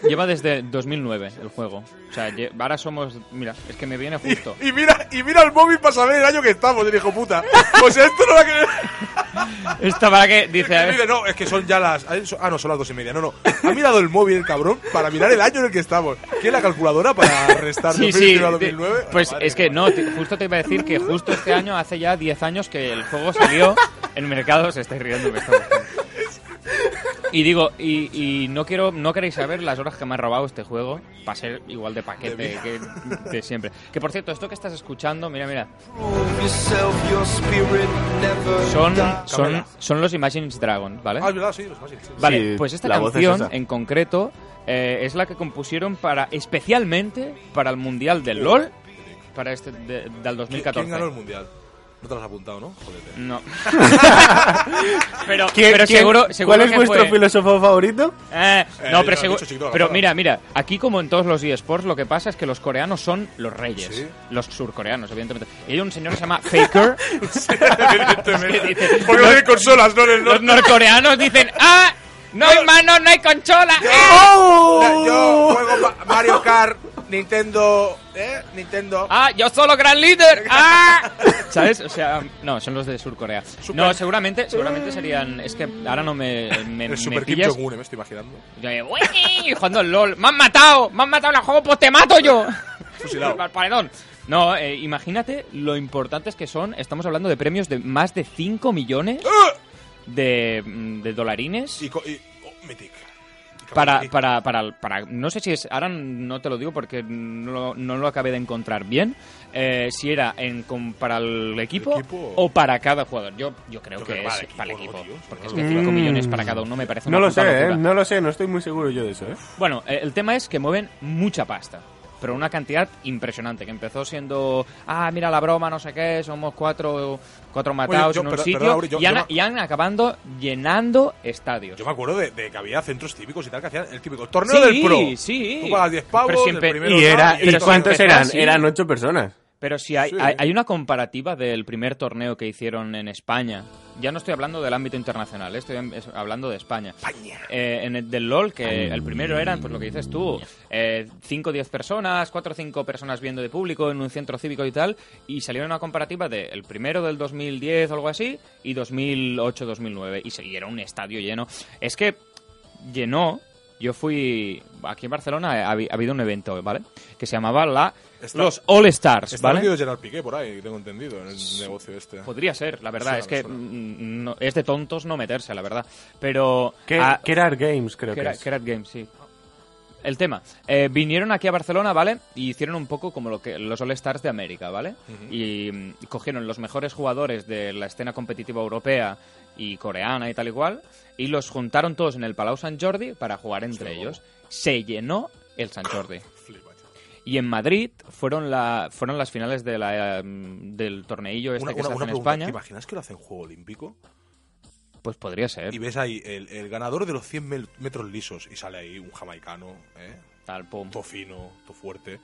C: lleva desde 2009 el juego. O sea, lle- ahora somos... Mira, es que me viene justo.
A: Y mira, y mira el móvil para saber el año que estamos, el hijo puta. Pues esto no va a querer.
C: Esto para que
A: Es que
C: dice.
A: mire, no, es que son ya las. Ah, no, son las dos y media. No, no. Ha mirado el móvil, el cabrón, para mirar el año en el que estamos. ¿Qué es la calculadora para restar
C: Sí,
A: 2021
C: sí.
A: a
C: te-
A: 2009?
C: Pues es que no, te- justo te iba a decir que justo este año, hace ya 10 años que el juego salió en mercados. Estáis riendo, me está gustando. Y digo, y, y no quiero, no queréis saber las horas que me ha robado este juego para ser igual de paquete
J: De vida.
C: que de siempre. Que por cierto, esto que estás escuchando, mira, mira, son, son, son los Imagine Dragons, ¿vale?
A: Ah, es verdad, sí, los Imagine, sí.
C: Vale,
A: Sí,
C: pues esta
A: la voz es
C: canción
A: esa.
C: en concreto eh, es la que compusieron para especialmente para el Mundial del LOL para este de- del 2014.
A: ¿Quién ganó el mundial? No te lo has apuntado, ¿no? Jódete.
C: No.
A: pero,
B: ¿Quién-
C: pero
B: quién-
C: seguro- seguro
B: ¿Cuál es
C: que
B: vuestro
C: fue-
B: filósofo favorito?
C: Eh, no,
B: Eh,
C: pero,
B: lo
C: segu-
B: ha dicho Chiquito
C: pero
B: Gafarra.
C: mira, mira, aquí como en todos los eSports lo que pasa es que los coreanos son los reyes,
B: Sí.
C: los surcoreanos, evidentemente. Y hay un señor que se llama Faker.
A: Porque no tienen consolas, no en el
C: Los
A: norte.
C: norcoreanos dicen, ¡ah! No hay mano, no hay conchola. eh".
A: Yo
C: ¡Oh!
A: juego Ma- Mario Kart, Nintendo. ¿Eh? Nintendo.
C: ¡Ah! ¡Yo solo gran líder! ¡Ah! ¿Sabes? O sea, no, son los de Sur Corea. No, seguramente, seguramente serían. Es que ahora no me. me
A: El
C: me
A: Super Kim
C: pillas.
A: Jong-un, eh, me estoy imaginando.
C: Yo, eh, "Uy", jugando al LOL. ¡Me han matado! ¡Me han matado en el juego! ¡Pues te mato yo!
A: Fusilado.
C: Al paredón. No, eh, imagínate lo importantes que son. Estamos hablando de premios de más de 5 millones de, mm, de dolarines.
A: Y, co- y- oh, Mythic.
C: Para, para, para, para- no sé si es, ahora no te lo digo porque no, lo- no lo acabé de encontrar bien, eh, si era en, con- para el equipo, o para cada jugador. Yo, yo creo que es para el equipo, porque es que 5
B: Mm.
C: millones para cada uno me parece
B: No
C: una
B: lo
C: puta
B: sé,
C: locura.
B: eh, no lo sé, no estoy muy seguro yo de eso, ¿eh?
C: Bueno, eh, el tema es que mueven mucha pasta. Pero una cantidad impresionante, que empezó siendo, ah, mira la broma, no sé qué, somos cuatro, cuatro matados
A: yo-
C: en un
A: perdón,
C: sitio,
A: perdón, Auri, yo-
C: y,
A: yo
C: han,
A: no-
C: y han acabando llenando estadios.
A: Yo me acuerdo de, de que había centros típicos y tal que hacían el típico torneo
C: Sí,
A: del pro.
C: sí.
A: Tú pagas 10 pavos,
C: Pero
A: el
C: siempre-
A: primero
B: Y,
A: tal,
B: era,
A: el
B: ¿y
A: otro
B: cuántos
A: tal.
B: eran?
C: sí.
B: Eran ocho personas.
C: Pero si hay,
A: Sí.
C: hay, hay una comparativa del primer torneo que hicieron en España, ya no estoy hablando del ámbito internacional, eh, estoy en- es- hablando de España. Eh, en el del LOL, que el primero eran, pues lo que dices tú, 5 o 10 personas, 4 o 5 personas viendo de público en un centro cívico y tal, y salió una comparativa del el primero del 2010 o algo así, y 2008-2009, y, se- y era un estadio lleno. Es que llenó. Yo fui. Aquí en Barcelona eh, ha, habi- ha habido un evento, ¿vale? Que se llamaba la,
A: Está-
C: los All Stars,
A: Está
C: ¿vale?
A: metido Gerard Piqué por ahí, tengo entendido, en el negocio este.
C: Podría ser, la verdad.
A: Me
C: es
A: suena, me
C: que
A: suena.
C: mm, no- es de tontos no meterse, la verdad. Pero.
B: Ke-
C: ah,
B: Kerar Games, creo que
C: Kerar-
B: es.
C: Kerar Games, sí. El tema. eh, vinieron aquí a Barcelona, ¿vale? Y hicieron un poco como lo que los All Stars de América, ¿vale? Y mm, cogieron los mejores jugadores de la escena competitiva europea y coreana y tal igual. Y los juntaron todos en el Palau Sant Jordi para jugar entre ellos. Se llenó el Sant Jordi. Y en Madrid fueron, la, fueron las finales de la, eh, del torneillo este
A: Una,
C: que
A: una-
C: se hace
A: una
C: en
A: pregunta,
C: España.
A: ¿te imaginas que lo hacen juego olímpico?
C: Pues podría ser.
A: Y ves ahí el, el ganador de los 100 mel- metros lisos y sale ahí un jamaicano, ¿eh?
C: Tal, pum.
A: Todo fino, todo fuerte.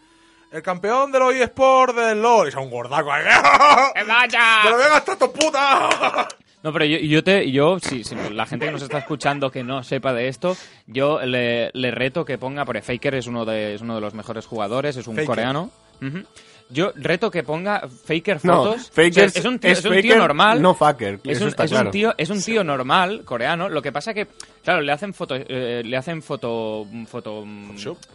A: El campeón de los eSports del LOL. Y sea un gordaco ahí.
C: ¡Que vaya!
A: ¡Me lo voy a gastar, tu puta!
C: No, pero yo, yo te, yo, si, si la gente que nos está escuchando que no sepa de esto, yo le, le reto que ponga, porque Faker es uno de, es uno de los mejores jugadores, es un
B: Faker.
C: coreano. Ujú. Yo reto que ponga Faker
B: No,
C: fotos.
B: Faker
C: O sea, es un tío,
B: es
C: es un tío
B: Faker,
C: normal.
B: no fucker,
C: Es
B: eso
C: un,
B: está
C: es un
B: claro.
C: tío, es un tío normal coreano. Lo que pasa que, claro, le hacen foto, eh, le hacen foto, foto,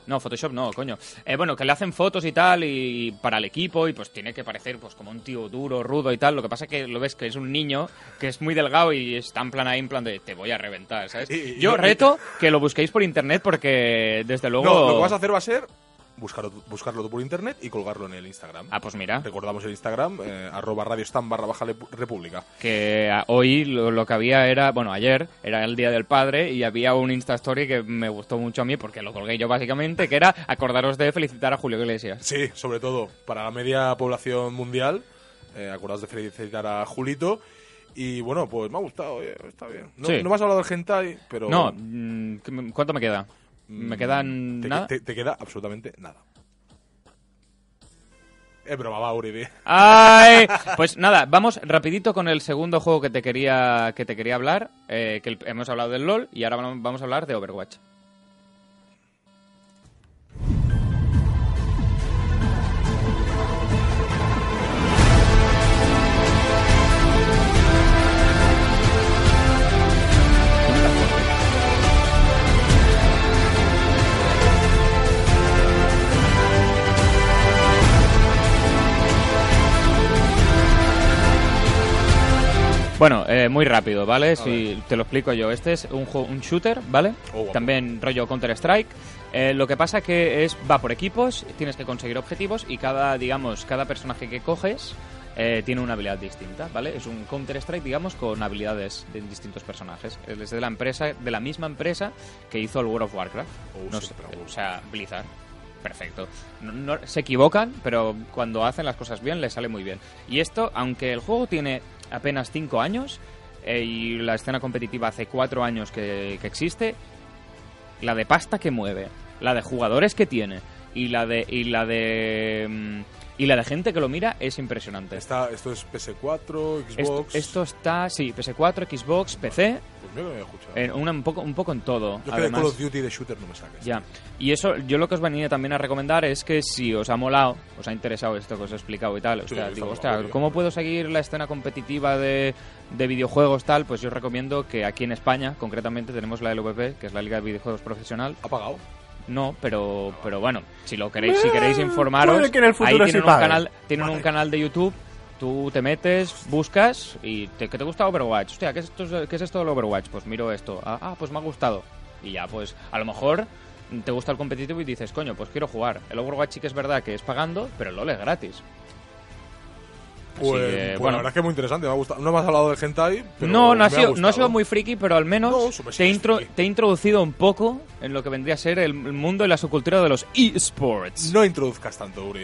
C: no, Photoshop no, coño. Eh, bueno, que le hacen fotos y tal y para el equipo y pues tiene que parecer pues como un tío duro, rudo y tal. Lo que pasa que lo ves que es un niño que es muy delgado y está en plan ahí en plan de te voy a reventar, ¿sabes?
A: Y- y-
C: Yo
A: y-
C: reto que lo busquéis por internet porque desde luego.
A: No, lo que vas a hacer va a ser buscarlo, buscarlo tú por internet y colgarlo en el Instagram.
C: Ah, pues mira.
A: Recordamos el Instagram, eh, arroba radio Stan barra baja lepu- república.
C: que a- hoy lo, lo que había era, bueno, ayer era el Día del Padre y había un Insta Story que me gustó mucho a mí porque lo colgué yo básicamente, que era acordaros de felicitar a Julio Iglesias.
A: Sí, sobre todo para la media población mundial. Eh, acordaos de felicitar a Julito. Y bueno, pues me ha gustado, eh, está bien. No,
C: Sí.
A: no me has hablado del hentai, pero...
C: No, mm, ¿qué me- ¿cuánto me queda? ¿Me
A: Mm,
C: quedan
A: te,
C: nada?
A: Te, te queda absolutamente nada. Es broma, va, Uri, di.
C: ¡Ay! Pues nada, vamos rapidito con el segundo juego que te quería, que te quería hablar, eh, que el- hemos hablado del LOL y ahora vam- vamos a hablar de Overwatch. Bueno, eh, muy rápido, ¿vale? Si te lo explico yo. Este es un, juego, un shooter, ¿vale?
A: Oh,
C: También rollo Counter-Strike. Eh, lo que pasa que es va por equipos, tienes que conseguir objetivos y cada, digamos, cada personaje que coges eh, tiene una habilidad distinta, ¿vale? Es un Counter-Strike, digamos, con habilidades de distintos personajes. Él Es de la empresa, de la misma empresa que hizo el World of Warcraft. No sé, o sea, Blizzard. Perfecto. No- no- se equivocan, pero cuando hacen las cosas bien, les sale muy bien. Y esto, aunque el juego tiene apenas 5 años eh, y la escena competitiva hace 4 años que- que existe, la de pasta que mueve, la de jugadores que tiene y la de y la de mm, y la de gente que lo mira es impresionante.
A: Está, esto es PS4,
C: Esto,
A: Xbox.
C: esto está sí, PS4, Xbox, PC,
A: Pues mira que no había escuchado.
C: en una- un poco un poco en
A: Yo
C: todo.
A: es que de
C: además.
A: Call of Duty de shooter no me saques.
C: Ya. Y eso, yo lo que os venía también a recomendar es que si os ha molado, os ha interesado esto que os he explicado y tal, o
A: Sí,
C: sea,
A: está
C: digo,
A: guapo,
C: "Ostras,
A: tío".
C: ¿cómo puedo seguir la escena competitiva de, de videojuegos tal? Pues yo os recomiendo que aquí en España, concretamente, tenemos la LVP, que es la Liga de Videojuegos Profesional.
A: ¿Ha pagado?
C: No, pero, pero bueno, si lo queréis, si queréis informaros,
B: puede que en el futuro
C: ahí
B: sí
C: tienen, un
B: pague.
C: canal, tienen un canal de YouTube. Tú te metes, buscas y te, que te gusta Overwatch. Hostia, ¿qué es, esto, ¿qué es esto del Overwatch? Pues miro esto. Ah, ah, pues me ha gustado. Y ya, pues a lo mejor te gusta el competitivo y dices, coño, pues quiero jugar. El Overwatch sí que es verdad que es pagando, pero el LoL es gratis. Así
A: Pues,
C: que,
A: pues
C: eh, bueno.
A: la verdad es que es muy interesante, me ha gustado. No me has hablado del hentai, pero
C: no, no ha,
A: me
C: sido, no ha
A: gustado.
C: sido muy friki, pero al menos
A: No, eso me
C: te,
A: sigue
C: intro- te he introducido un poco en lo que vendría a ser el el mundo y la subcultura de los eSports.
A: No introduzcas tanto, Uri.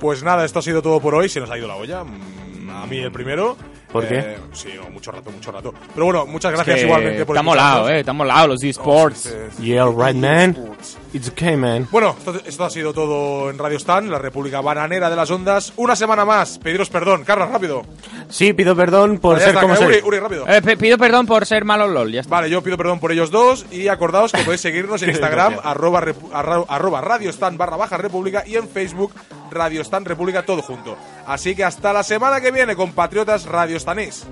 A: Pues nada, esto ha sido todo por hoy. Se nos ha ido la olla. Mm, A mí el primero.
B: ¿Por qué?
A: Eh, sí, no, mucho rato, mucho rato. Pero bueno, muchas gracias
C: que
A: igualmente por
C: Te ha molado,
A: escucharnos. Eh,
C: eh. Te ha molado los eSports.
B: Yeah, right, man. It's okay, man.
A: Bueno, esto, esto ha sido todo en Radio Stan, la República Bananera de las Ondas. Una semana más. Pediros perdón. Carlos, rápido.
B: Sí, pido perdón por
A: Ya
B: ser
A: está,
B: como
A: que-
B: soy.
A: Uri, Uri, rápido.
C: Eh, pe- pido perdón por ser malo LOL, ya está.
A: Vale, yo pido perdón por ellos dos y acordaos que podéis seguirnos en
B: Qué
A: Instagram,
B: desgraciado.
A: arroba, repu- arra- arroba Radio Stan barra baja República y en Facebook Radio Stan República todo junto. Así que hasta la semana que viene, compatriotas Radio Stanís.